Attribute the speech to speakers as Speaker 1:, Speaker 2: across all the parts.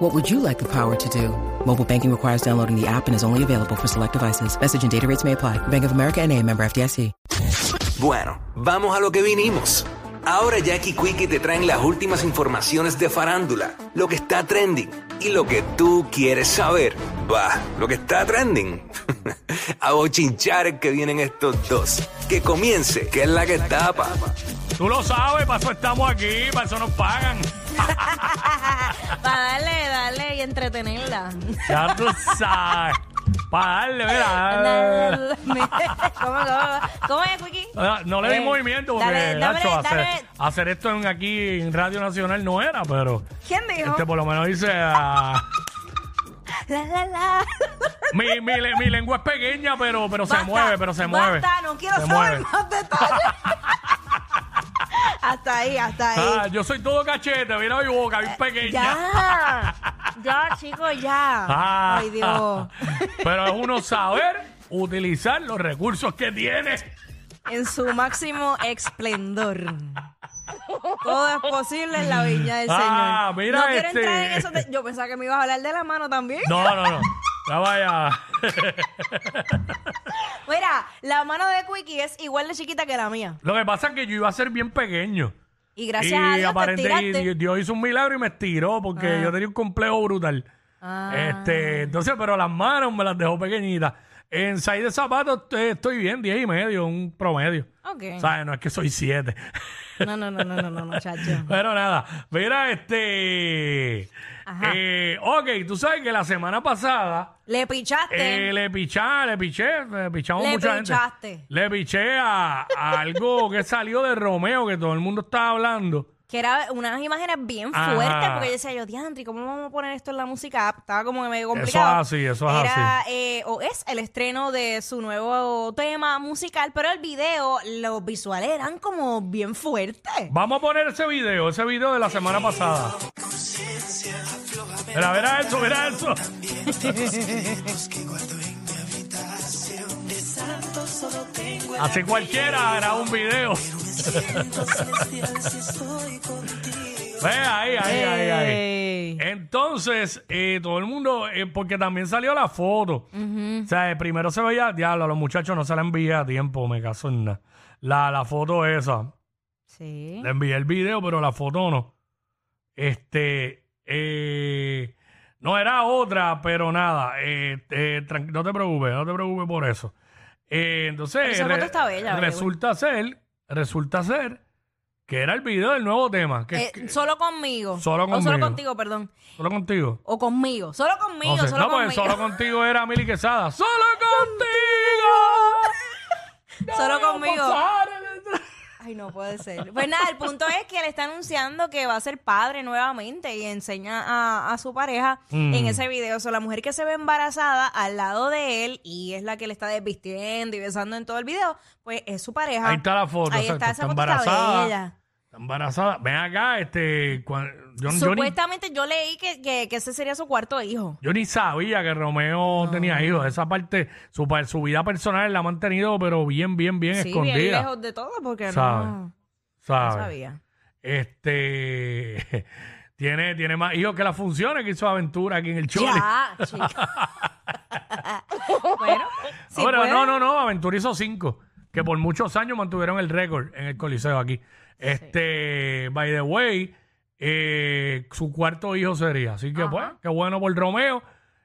Speaker 1: What would you like the power to do? Mobile banking requires downloading the app and is only available for select devices. Message and data rates may apply. Bank of America and a member FDIC.
Speaker 2: Bueno, vamos a lo que vinimos. Ahora Jackie Quickie te traen las últimas informaciones de farándula, lo que está trending y lo que tú quieres saber. Va, lo que está trending. a bochinchar que vienen estos dos. Que comience, que es la que tapa.
Speaker 3: Tú lo sabes, para eso estamos aquí, para eso nos pagan.
Speaker 4: Para darle, darle y entretenerla.
Speaker 3: Ya tú sabes. Para darle, mira.
Speaker 4: ¿Cómo, cómo, cómo es, Quickie?
Speaker 3: No, No le
Speaker 4: Eh,
Speaker 3: di movimiento porque,
Speaker 4: dale, dame,
Speaker 3: Nacho, hacer,
Speaker 4: dame.
Speaker 3: hacer esto en- aquí en Radio Nacional no era, pero
Speaker 4: ¿Quién dijo?
Speaker 3: este por lo menos dice... ah,
Speaker 4: La, la, la.
Speaker 3: mi, mi le- mi lengua es pequeña, pero, pero se
Speaker 4: Basta,
Speaker 3: mueve, pero se
Speaker 4: basta,
Speaker 3: mueve.
Speaker 4: no quiero
Speaker 3: se
Speaker 4: saber
Speaker 3: mueve.
Speaker 4: más detalles. hasta ahí, hasta ahí.
Speaker 3: Ah, yo soy todo cachete, mira mi boca, bien pequeña.
Speaker 4: Eh, ya. Ya, chicos, ya.
Speaker 3: Ah.
Speaker 4: Ay, Dios.
Speaker 3: Pero es uno saber utilizar los recursos que tienes.
Speaker 4: En su máximo esplendor. Todo es posible en la viña del
Speaker 3: Ah,
Speaker 4: Señor.
Speaker 3: mira
Speaker 4: no quiero
Speaker 3: este.
Speaker 4: entrar en eso. de- Yo pensaba que me ibas a hablar de la mano también.
Speaker 3: No, no, no. Ya vaya.
Speaker 4: Mira, la mano de Quickie es igual de chiquita que la mía.
Speaker 3: Lo que pasa es que yo iba a ser bien pequeño.
Speaker 4: Y gracias a
Speaker 3: y
Speaker 4: Dios te
Speaker 3: aparente, y
Speaker 4: tiraste. Ah.
Speaker 3: Dios, Dios hizo un milagro y me estiró porque yo tenía un complejo brutal. Este, entonces, pero las manos me las dejó pequeñitas. En 6 de zapatos eh, estoy bien, 10 y medio, un promedio.
Speaker 4: Ok.
Speaker 3: O sea, no es que soy 7.
Speaker 4: No, no, no, no, no, no, no, chacho.
Speaker 3: pero nada, mira, este.
Speaker 4: Ajá.
Speaker 3: eh, ok, tú sabes que la semana pasada
Speaker 4: Le pichaste.
Speaker 3: eh, le pichá, le piché, le pichamos
Speaker 4: Le
Speaker 3: mucha
Speaker 4: pichaste.
Speaker 3: gente. Le piché a, a algo que salió de Romeo, que todo el mundo estaba hablando.
Speaker 4: Que era unas imágenes bien
Speaker 3: Ajá.
Speaker 4: fuertes, porque yo decía yo, diantri, ¿cómo vamos a poner esto en la música? app?" Estaba como que medio
Speaker 3: Eso es
Speaker 4: complicado.
Speaker 3: así, eso es
Speaker 4: Era, eh, o es el estreno de su nuevo tema musical, pero el video, los visuales eran como bien fuertes.
Speaker 3: Vamos a poner ese video, ese video de la semana pasada. Mira, mira eso, mira eso. Así cualquiera era un video. Ve ahí, ahí, ahí, ahí.
Speaker 4: Ey.
Speaker 3: Entonces, eh, todo el mundo, eh, porque también salió la foto. O sea, eh, primero se veía, diablo, a los muchachos no se la envié a tiempo, me caso en nada. La, la foto esa.
Speaker 4: Sí.
Speaker 3: Le envié el video, pero la foto no. Este. eh, no era otra, pero nada. eh, eh, tran- no te preocupes, no te preocupes por eso. Eh, entonces.
Speaker 4: Pero esa foto está bella, by the way.
Speaker 3: resulta ser, resulta ser que era el video del nuevo tema. Que,
Speaker 4: Eh,
Speaker 3: que-
Speaker 4: solo conmigo.
Speaker 3: Solo
Speaker 4: O
Speaker 3: conmigo.
Speaker 4: solo contigo, perdón.
Speaker 3: solo contigo.
Speaker 4: O conmigo. Solo conmigo,
Speaker 3: no, sé,
Speaker 4: solo
Speaker 3: no, pues
Speaker 4: conmigo.
Speaker 3: solo contigo era Mili Quesada. ¡Solo contigo! No
Speaker 4: Solo
Speaker 3: voy a
Speaker 4: conmigo.
Speaker 3: pasar el-
Speaker 4: Ay, no puede ser. Pues nada, el punto es que él está anunciando que va a ser padre nuevamente y enseña a, a su pareja
Speaker 3: Mm.
Speaker 4: en ese video. O sea, la mujer que se ve embarazada al lado de él y es la que le está desvistiendo y besando en todo el video, pues es su pareja.
Speaker 3: Ahí está la foto.
Speaker 4: Ahí
Speaker 3: exacto,
Speaker 4: está esa
Speaker 3: está
Speaker 4: foto, está
Speaker 3: embarazada.
Speaker 4: bella.
Speaker 3: Está embarazada. Ven acá, este. cuan- yo, yo ni,
Speaker 4: Supuestamente yo leí que, que- que ese sería su cuarto hijo.
Speaker 3: yo ni sabía que Romeo tenía hijos. Esa parte, su, pa- su vida personal la ha mantenido, pero bien, bien, bien
Speaker 4: Sí,
Speaker 3: escondida.
Speaker 4: bien lejos de todo porque
Speaker 3: Sabe,
Speaker 4: no, no
Speaker 3: ¿sabes?
Speaker 4: sabía.
Speaker 3: Este. Tiene, tiene más hijos que las funciones que hizo Aventura aquí en el Choli.
Speaker 4: Ya, chica. bueno, si
Speaker 3: Ahora,
Speaker 4: puede-
Speaker 3: no, no, no, Aventura hizo cinco, que por muchos años mantuvieron el récord en el Coliseo aquí. Este, by the way, eh, su cuarto hijo sería. Así que, pues, qué bueno por Romeo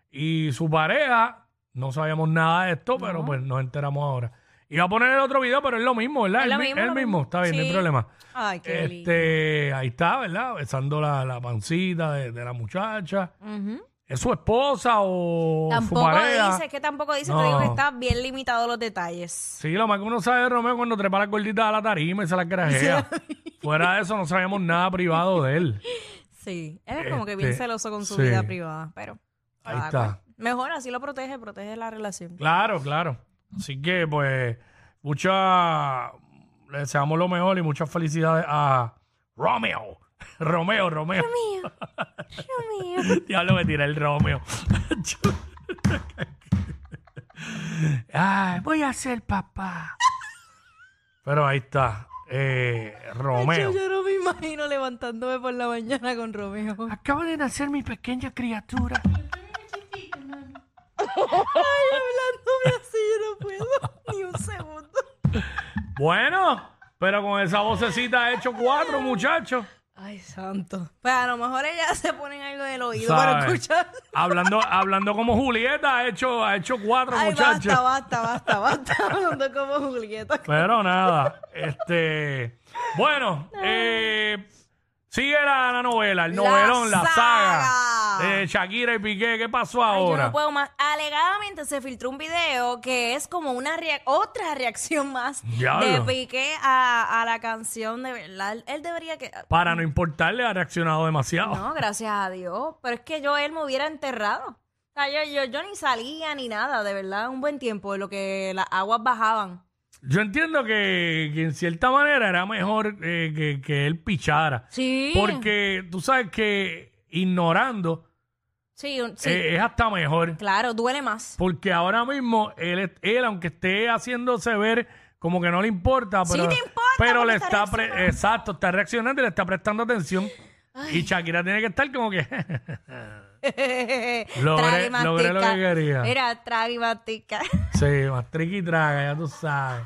Speaker 3: y su pareja. No sabíamos nada de esto, pero pues nos enteramos ahora. Iba a poner el otro video, pero es lo mismo, ¿verdad?
Speaker 4: Es lo
Speaker 3: el, mi-
Speaker 4: mismo,
Speaker 3: el
Speaker 4: lo
Speaker 3: mismo,
Speaker 4: mismo.
Speaker 3: está bien, no hay
Speaker 4: Sí.
Speaker 3: problema.
Speaker 4: Ay, qué lindo.
Speaker 3: Este, ahí está, ¿verdad? Besando la, la pancita de, de la muchacha.
Speaker 4: Ujú.
Speaker 3: ¿Es su esposa o su
Speaker 4: Tampoco
Speaker 3: pareja?
Speaker 4: dice, es que tampoco dice,
Speaker 3: No.
Speaker 4: te digo que está bien limitado los detalles.
Speaker 3: Sí, lo más que uno sabe de Romeo es cuando trepa la gordita a la tarima y se la crajea. Fuera de eso, no sabemos nada privado de él.
Speaker 4: Sí, es como que
Speaker 3: Este,
Speaker 4: bien celoso con su
Speaker 3: sí.
Speaker 4: vida privada, pero
Speaker 3: Ahí
Speaker 4: cada
Speaker 3: está.
Speaker 4: cual. mejor así lo protege, protege la relación.
Speaker 3: Claro, claro. Así que, pues, mucha, le deseamos lo mejor y muchas felicidades a Romeo. Romeo, Romeo.
Speaker 4: Mío. Dios mío.
Speaker 3: Diablo, me tiré el Romeo. Ay, voy a ser papá. Pero ahí está. eh, Romeo.
Speaker 4: Yo no me imagino levantándome por la mañana con Romeo.
Speaker 3: Acaba de nacer mi pequeña criatura.
Speaker 4: Ay, hablándome así, yo no puedo ni un segundo.
Speaker 3: Bueno, pero con esa vocecita he hecho cuatro, muchachos.
Speaker 4: Ay, santo. Pues a lo mejor ellas se ponen algo en el oído para
Speaker 3: ¿Sabes?
Speaker 4: escuchar.
Speaker 3: Hablando, hablando como Julieta, ha hecho, ha hecho cuatro,
Speaker 4: Ay,
Speaker 3: muchachos.
Speaker 4: basta, basta, basta, basta. Hablando como Julieta.
Speaker 3: Pero nada, este. Bueno, eh, sigue la, la novela, el
Speaker 4: La
Speaker 3: novelón, la saga.
Speaker 4: saga.
Speaker 3: de Shakira y Piqué. ¿Qué pasó
Speaker 4: Ay,
Speaker 3: ahora?
Speaker 4: Yo no puedo más. Alegadamente se filtró un video que es como una rea- otra reacción más de
Speaker 3: Diablo.
Speaker 4: Piqué a, a la canción de verdad. Él- Él debería que.
Speaker 3: Para no importarle, ha reaccionado demasiado.
Speaker 4: No, gracias a Dios. Pero es que yo él me hubiera enterrado. O sea, yo, yo, yo ni salía ni nada, de verdad, un buen tiempo, de lo que las aguas bajaban.
Speaker 3: Yo entiendo que, que en cierta manera era mejor eh, que, que él pichara.
Speaker 4: Sí.
Speaker 3: Porque tú sabes que ignorando
Speaker 4: Sí, un- sí.
Speaker 3: eh, es hasta mejor.
Speaker 4: claro, duele más.
Speaker 3: Porque ahora mismo él, es- él, aunque esté haciéndose ver como que no le importa,
Speaker 4: Sí
Speaker 3: pero,
Speaker 4: te importa,
Speaker 3: pero
Speaker 4: porque
Speaker 3: le
Speaker 4: está
Speaker 3: está pre-
Speaker 4: reaccionando.
Speaker 3: exacto, está reaccionando y le está prestando atención. Y Shakira tiene que estar como que
Speaker 4: Traga y mastica.
Speaker 3: logré lo que quería.
Speaker 4: Mira, traga y mastica.
Speaker 3: Sí, más triqui traga, ya tú sabes.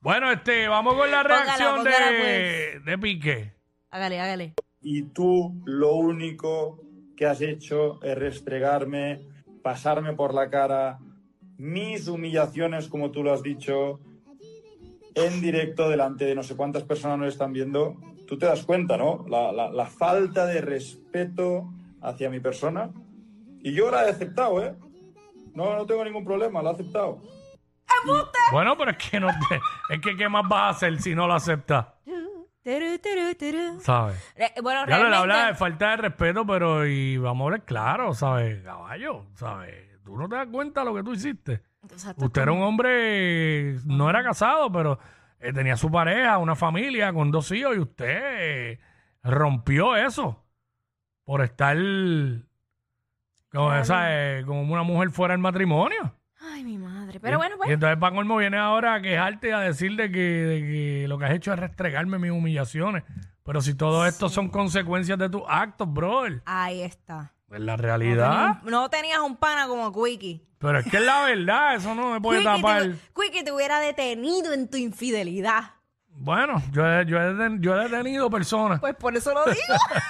Speaker 3: Bueno, este, vamos con la
Speaker 4: Póngala,
Speaker 3: reacción
Speaker 4: póngala, pues.
Speaker 3: de, de Piqué.
Speaker 4: Hágale, hágale.
Speaker 5: y tú lo único que has hecho es restregarme, pasarme por la cara mis humillaciones, como tú lo has dicho, en directo delante de no sé cuántas personas nos están viendo. Tú te das cuenta, ¿no? La, la- la falta de respeto hacia mi persona. Y yo la he aceptado, ¿eh? No, no tengo ningún problema, la he aceptado.
Speaker 3: Bueno, pero es que no te- es que qué más vas a hacer si no lo aceptas,
Speaker 4: Turu, turu, turu.
Speaker 3: ¿sabes?
Speaker 4: Re- Eh, Bueno,
Speaker 3: Ya le
Speaker 4: realmente-
Speaker 3: habla de falta de respeto, pero y vamos a hablar claro, ¿sabes? Caballo, ¿sabes? Tú no te das cuenta de lo que tú hiciste.
Speaker 4: Exacto.
Speaker 3: Usted era un hombre, no era casado, pero eh, tenía su pareja, una familia con dos hijos y usted eh, rompió eso por estar como, esa, eh, como una mujer fuera del matrimonio.
Speaker 4: Ay, mi madre. Pero bueno, pues,
Speaker 3: Y
Speaker 4: bueno.
Speaker 3: entonces Paco Olmo viene ahora a quejarte y a decir de que, de que lo que has hecho es restregarme mis humillaciones. Pero si todo esto son consecuencias de tus actos, brother.
Speaker 4: Ahí está.
Speaker 3: Es la
Speaker 4: No
Speaker 3: realidad.
Speaker 4: tenías, no tenías un pana como Quickie.
Speaker 3: Pero es que es la verdad, eso no me puede
Speaker 4: Quickie
Speaker 3: Pues tapar.
Speaker 4: te, Quickie te hubiera detenido en tu infidelidad.
Speaker 3: Bueno, yo he, yo, he ten- yo he detenido personas.
Speaker 4: Pues por eso lo digo.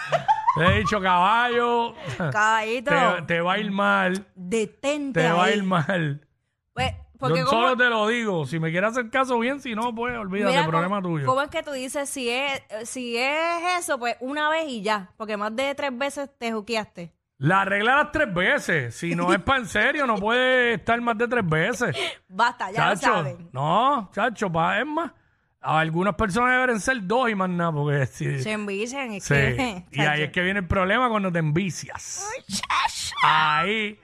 Speaker 3: Le he dicho, caballo,
Speaker 4: Caballito,
Speaker 3: te, te va a ir mal,
Speaker 4: detente
Speaker 3: te va a
Speaker 4: ahí.
Speaker 3: ir mal.
Speaker 4: Pues, porque
Speaker 3: Yo
Speaker 4: como-
Speaker 3: solo te lo digo. Si me quieres hacer caso, bien. Si no, pues olvídate,
Speaker 4: mira
Speaker 3: problema
Speaker 4: cómo-
Speaker 3: tuyo.
Speaker 4: ¿Cómo es que tú dices si es, si es eso? Pues una vez y ya. Porque más de tres veces te juqueaste.
Speaker 3: La regla las tres veces. Si no es para en serio, no puede estar más de tres veces.
Speaker 4: Basta, ya lo
Speaker 3: chacho,
Speaker 4: saben.
Speaker 3: no, chacho, pa, es más. A algunas personas deben ser dos y más nada, porque si,
Speaker 4: Se envicen. Es
Speaker 3: sí.
Speaker 4: que,
Speaker 3: Y ahí es que viene el problema cuando te envicias. Ahí,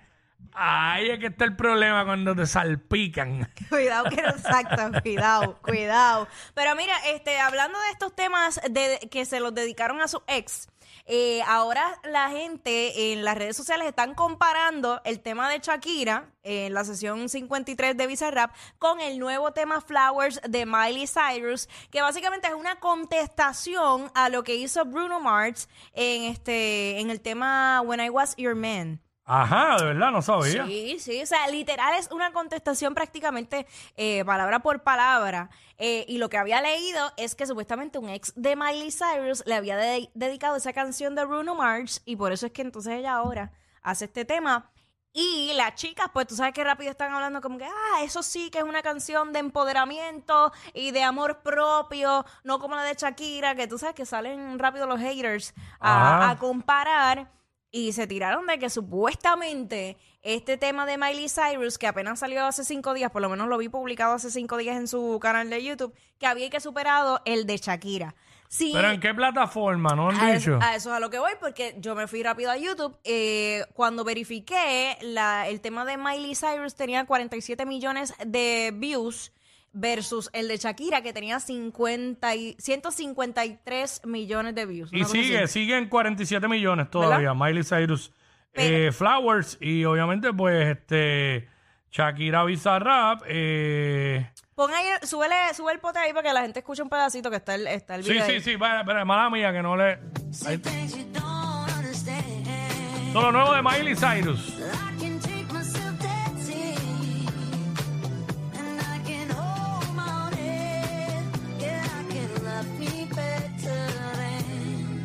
Speaker 3: ahí es que está el problema cuando te salpican.
Speaker 4: Cuidado que no exacto, cuidado, cuidado. Pero mira, este, hablando de estos temas de, que se los dedicaron a su ex, eh, ahora la gente en las redes sociales están comparando el tema de Shakira eh, en la sesión 53 de Bizarrap con el nuevo tema Flowers de Miley Cyrus, que básicamente es una contestación a lo que hizo Bruno Mars en este en el tema When I Was Your Man.
Speaker 3: Ajá, de verdad, no sabía.
Speaker 4: Sí, sí, o sea, literal es una contestación prácticamente eh, palabra por palabra. Eh, y lo que había leído es que supuestamente un ex de Miley Cyrus le había de- dedicado esa canción de Bruno Mars y por eso es que entonces ella ahora hace este tema. Y las chicas, pues tú sabes que rápido están hablando como que, ah, eso sí que es una canción de empoderamiento y de amor propio, no como la de Shakira, que tú sabes que salen rápido los haters a,
Speaker 3: Ajá.
Speaker 4: a comparar y se tiraron de que supuestamente este tema de Miley Cyrus, que apenas salió hace cinco días, por lo menos lo vi publicado hace cinco días en su canal de YouTube, que había que superado el de Shakira. Sí,
Speaker 3: Pero en qué plataforma, ¿no han
Speaker 4: a
Speaker 3: dicho?
Speaker 4: Eso, a eso es a lo que voy, porque yo me fui rápido a YouTube. eh, cuando verifiqué, la- el tema de Miley Cyrus tenía 47 millones de views. versus el de Shakira, que tenía 50 y, 153 millones de views.
Speaker 3: Y
Speaker 4: una cosa
Speaker 3: sigue,
Speaker 4: así.
Speaker 3: sigue en 47 millones todavía, Miley Cyrus eh, Flowers. Y obviamente, pues, este Shakira Bizarrap. Eh,
Speaker 4: Pon ahí, súbele, sube el pote ahí para que la gente escuche un pedacito que está el, está el
Speaker 3: sí,
Speaker 4: video.
Speaker 3: sí,
Speaker 4: ahí.
Speaker 3: sí, para, para, mala mía que no le.
Speaker 6: Say things you don't understand.
Speaker 3: Todo lo nuevo de Miley Cyrus.
Speaker 6: I can take myself that deep, and I can hold my own head. Yeah, I can love me better than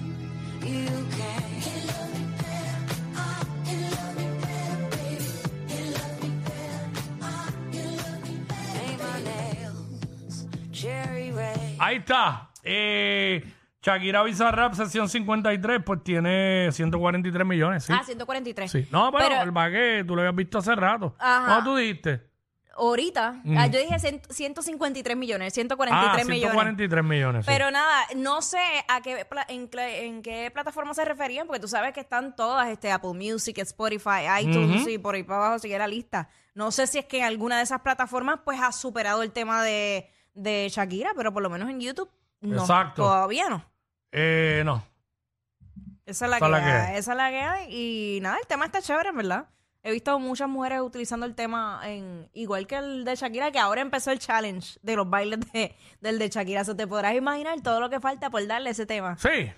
Speaker 6: you can. Can love me better. I can love me better, baby. Can love me better. I can love me better. Paint my nails cherry red.
Speaker 3: Ahí está. Eh, Shakira Bizarrap, sesión 53, pues tiene 143 millones. Sí.
Speaker 4: Ah, 143.
Speaker 3: Sí. No, pero,
Speaker 4: Pero-
Speaker 3: el bagué, tú lo habías visto hace rato.
Speaker 4: Ajá.
Speaker 3: ¿Cómo tú dijiste?
Speaker 4: Ahorita, ah, yo dije cien- 153 millones, 143
Speaker 3: ah,
Speaker 4: millones.
Speaker 3: 143 millones. sí.
Speaker 4: Pero nada, no sé a qué pla- en, cla- en qué plataforma se referían, porque tú sabes que están todas, este Apple Music, Spotify, iTunes y por ahí para abajo sigue la lista. No sé si es que en alguna de esas plataformas pues ha superado el tema de, de Shakira, pero por lo menos en YouTube no,
Speaker 3: Exacto.
Speaker 4: todavía no.
Speaker 3: Eh, no.
Speaker 4: Esa es la,
Speaker 3: Esa
Speaker 4: que,
Speaker 3: es la que
Speaker 4: hay, esa es la que hay. Y nada, el tema está chévere, en verdad. He visto muchas mujeres utilizando el tema en igual que el de Shakira, que ahora empezó el challenge de los bailes de, del de Shakira. O sea, te podrás imaginar todo lo que falta por darle ese tema.
Speaker 3: Sí.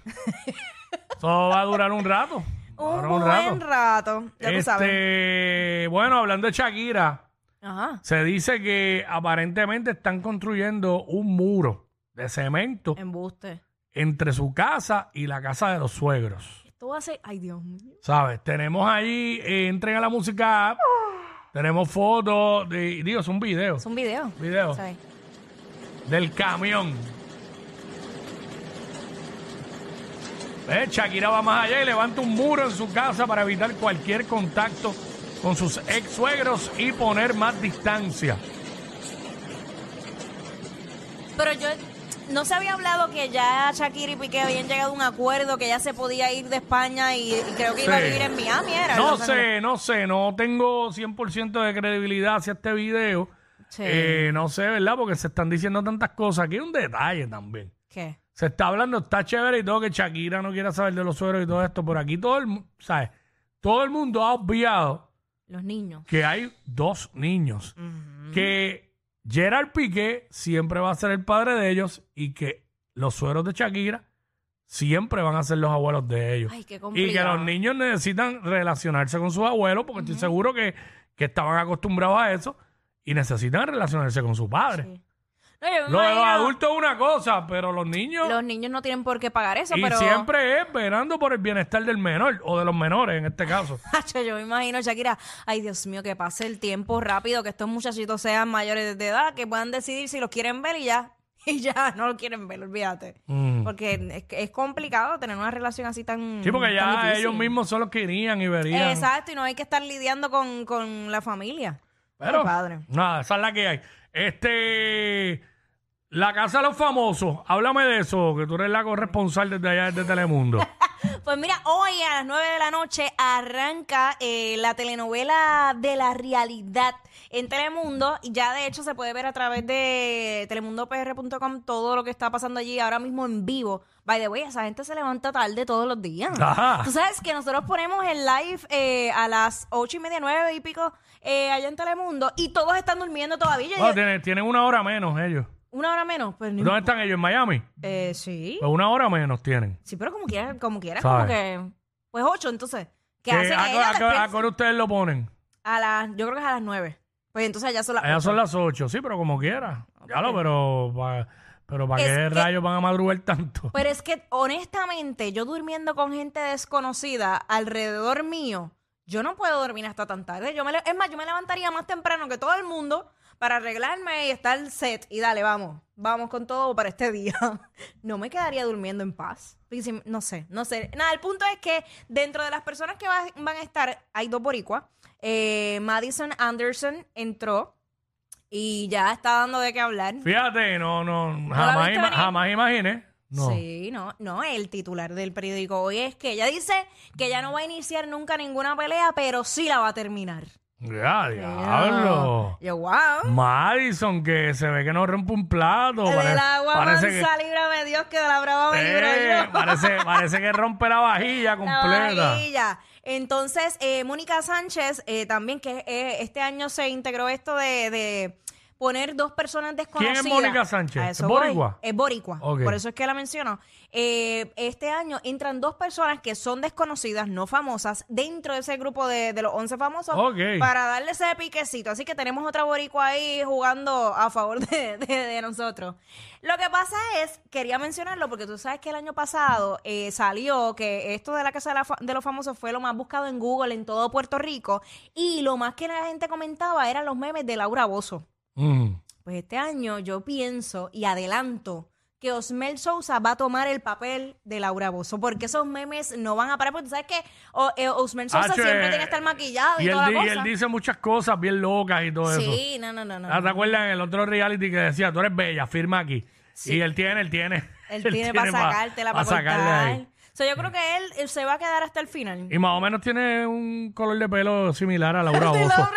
Speaker 3: Eso va a durar un rato. Va a
Speaker 4: Un
Speaker 3: durar
Speaker 4: buen rato. Ya tú sabes.
Speaker 3: Este, bueno, hablando de Shakira,
Speaker 4: Ajá.
Speaker 3: se dice que aparentemente están construyendo un muro de cemento
Speaker 4: Em- Embuste.
Speaker 3: entre su casa y la casa de los suegros.
Speaker 4: Esto va a ser. Ay, Dios mío.
Speaker 3: ¿Sabes? Tenemos ahí, eh, entren a la música, app,
Speaker 4: Ah.
Speaker 3: tenemos fotos, de, digo, son videos.
Speaker 4: Es un video.
Speaker 3: videos
Speaker 4: ¿sabes?
Speaker 3: del camión. Eh, Shakira va más allá y levanta un muro en su casa para evitar cualquier contacto con sus ex suegros y poner más distancia.
Speaker 4: Pero yo. No se había hablado que ya Shakira y Piqué habían llegado a un acuerdo que ya se podía ir de España y, y creo que iba a
Speaker 3: Sí.
Speaker 4: vivir en Miami. Era
Speaker 3: No
Speaker 4: Los Ángeles.
Speaker 3: sé, no sé, no tengo 100% de credibilidad hacia este video.
Speaker 4: Sí.
Speaker 3: Eh, no sé, ¿verdad? Porque se están diciendo tantas cosas. Aquí hay un detalle también.
Speaker 4: ¿Qué?
Speaker 3: Se está hablando, está chévere y todo, que Shakira no quiera saber de los suegros y todo esto. Por aquí todo el, mu- ¿sabes? Todo el mundo ha obviado
Speaker 4: Los niños.
Speaker 3: que hay dos niños. Que Gerard Piqué siempre va a ser el padre de ellos y que los sueros de Shakira siempre van a ser los abuelos de ellos.
Speaker 4: Ay, qué
Speaker 3: y que
Speaker 4: complicado.
Speaker 3: los niños necesitan relacionarse con sus abuelos porque estoy seguro que, que estaban acostumbrados a eso y necesitan relacionarse con su padre.
Speaker 4: Sí. No, yo me
Speaker 3: Lo de los
Speaker 4: imagino,
Speaker 3: adultos es una cosa, pero los niños...
Speaker 4: los niños no tienen por qué pagar eso,
Speaker 3: y
Speaker 4: pero.
Speaker 3: siempre es verando por el bienestar del menor o de los menores en este caso.
Speaker 4: Hacho, yo me imagino, Shakira, ay Dios mío, que pase el tiempo rápido, que estos muchachitos sean mayores de edad, que puedan decidir si los quieren ver y ya. Y ya no lo quieren ver, olvídate. Porque es, es complicado tener una relación así tan.
Speaker 3: Mm. Sí, porque
Speaker 4: tan
Speaker 3: ya
Speaker 4: difícil.
Speaker 3: ellos mismos son los que irían y verían.
Speaker 4: Exacto, y no hay que estar lidiando con, con la familia.
Speaker 3: Pero,
Speaker 4: Ay, padre.
Speaker 3: nada, esa es la que hay. Este, la casa de los famosos, háblame de eso, que tú eres la corresponsal desde allá, desde Telemundo.
Speaker 4: Pues mira, hoy a las 9 de la noche arranca eh, la telenovela de la realidad en Telemundo. Y ya de hecho se puede ver a través de telemundopr.com todo lo que está pasando allí ahora mismo en vivo. By the way, esa gente se levanta tarde todos los días.
Speaker 3: Ajá.
Speaker 4: Tú sabes que nosotros ponemos el live eh, a las ocho y media, nueve y pico eh, allá en Telemundo y todos están durmiendo todavía. Yo
Speaker 3: Bueno,
Speaker 4: digo,
Speaker 3: tienen, tienen una hora menos ellos.
Speaker 4: Una hora menos, pues ni-
Speaker 3: ¿Dónde están ellos? ¿En Miami?
Speaker 4: eh, sí.
Speaker 3: Pues una hora menos tienen.
Speaker 4: Sí, pero como quieras, como quieras,
Speaker 3: ¿Sabe?
Speaker 4: como que. Pues ocho, entonces.
Speaker 3: Que
Speaker 4: ¿Qué hacen
Speaker 3: ¿A, qué- a
Speaker 4: ellas
Speaker 3: qué-
Speaker 4: despiertan?
Speaker 3: a qué hora ustedes lo ponen?
Speaker 4: A las, yo creo que es a las nueve. Pues entonces ya son las.
Speaker 3: Allá
Speaker 4: ocho.
Speaker 3: son las 8, sí, pero como quiera. Ya lo, pero pa- pero ¿para
Speaker 4: Es
Speaker 3: qué
Speaker 4: que- Pues,
Speaker 3: rayos van a madrugar tanto?
Speaker 4: Pero es que honestamente, yo durmiendo con gente desconocida alrededor mío, yo no puedo dormir hasta tan tarde. Yo me, le- es más, yo me levantaría más temprano que todo el mundo para arreglarme y estar set. Y dale, vamos, vamos con todo para este día. No me quedaría durmiendo en paz. Porque si- No sé, no sé. Nada, el punto es que dentro de las personas que va- van a estar, hay dos boricuas. Eh, Madison Anderson entró y ya está dando de qué hablar.
Speaker 3: Fíjate, no, no,
Speaker 4: la
Speaker 3: jamás,
Speaker 4: viste
Speaker 3: ima-
Speaker 4: venir?
Speaker 3: jamás imaginé. No.
Speaker 4: Sí, no, no, el titular del periódico hoy es que ella dice que ella no va a iniciar nunca ninguna pelea, pero sí la va a terminar.
Speaker 3: Ya, diablo.
Speaker 4: Yo, wow.
Speaker 3: Madison, que se ve que no rompe un plato. Pare-
Speaker 4: Del agua
Speaker 3: parece que-
Speaker 4: mansa, líbrame Dios, que de la brava me libro
Speaker 3: Eh,
Speaker 4: yo.
Speaker 3: parece, parece que rompe la vajilla
Speaker 4: La
Speaker 3: completa.
Speaker 4: vajilla. Entonces, eh, Mónica Sánchez eh, también, que eh, este año se integró esto de, de poner dos personas desconocidas.
Speaker 3: Mónica Sánchez?
Speaker 4: A eso
Speaker 3: ¿Es
Speaker 4: voy.
Speaker 3: boricua?
Speaker 4: Es boricua.
Speaker 3: Ok.
Speaker 4: Por eso es que la menciono. Eh, este año entran dos personas que son desconocidas, no famosas, dentro de ese grupo de, de los 11 famosos
Speaker 3: Ok.
Speaker 4: para darle ese piquecito. Así que tenemos otra boricua ahí jugando a favor de, de- de nosotros. Lo que pasa es, quería mencionarlo porque tú sabes que el año pasado eh, salió que esto de la Casa de, la Fa- de los Famosos fue lo más buscado en Google en todo Puerto Rico y lo más que la gente comentaba eran los memes de Laura Bozo.
Speaker 3: Mm.
Speaker 4: Pues este año yo pienso y adelanto que Osmel Sousa va a tomar el papel de Laura Bozo, porque esos memes no van a parar, porque tú sabes que o- eh, Osmel Sousa
Speaker 3: Hacho,
Speaker 4: siempre
Speaker 3: eh,
Speaker 4: tiene que estar maquillado y,
Speaker 3: y él,
Speaker 4: toda
Speaker 3: di-
Speaker 4: la
Speaker 3: y
Speaker 4: cosa.
Speaker 3: él dice muchas cosas bien locas y todo eso.
Speaker 4: Sí, no, no, no, no.
Speaker 3: Ah, ¿Te
Speaker 4: no.
Speaker 3: acuerdas en el otro reality que decía, tú eres bella, firma aquí? Y él tiene, él tiene.
Speaker 4: Él tiene para
Speaker 3: pa-
Speaker 4: sacártela,
Speaker 3: pa'
Speaker 4: para
Speaker 3: sacarle ahí.
Speaker 4: cortar. So, yo creo que él, él se va a quedar hasta el final.
Speaker 3: Y más o menos tiene un color de pelo similar a Laura Bozo.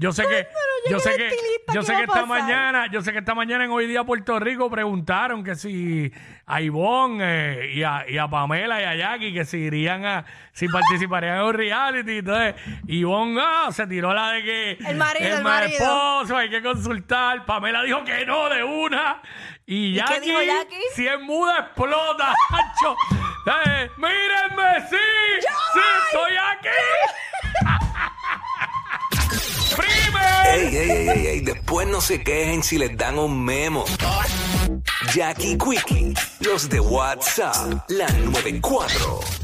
Speaker 3: Yo sé que,
Speaker 4: Ah, yo
Speaker 3: yo sé
Speaker 4: quiero
Speaker 3: que,
Speaker 4: estilista,
Speaker 3: yo
Speaker 4: ¿qué
Speaker 3: sé
Speaker 4: va
Speaker 3: que
Speaker 4: a
Speaker 3: esta
Speaker 4: pasar?
Speaker 3: mañana, yo sé que esta mañana en hoy día Puerto Rico preguntaron que si a Ivonne eh, y, a, y a Pamela y a Jackie que si irían a,
Speaker 4: ¡Ah!
Speaker 3: si participarían en un reality. Entonces, Ivonne ah, se tiró la de que
Speaker 4: El marido, el
Speaker 3: ma-
Speaker 4: marido.
Speaker 3: esposo, hay que consultar. Pamela dijo que no de una. Y
Speaker 4: ¿Y
Speaker 3: Jackie,
Speaker 4: qué dijo Jackie?
Speaker 3: si es muda, explota, Hacho. Eh, mírenme, sí, sí, estoy aquí.
Speaker 2: Ey, ey, ey, ey, ey, después no se quejen si les dan un memo. Jackie Quickie, los de WhatsApp, la 94.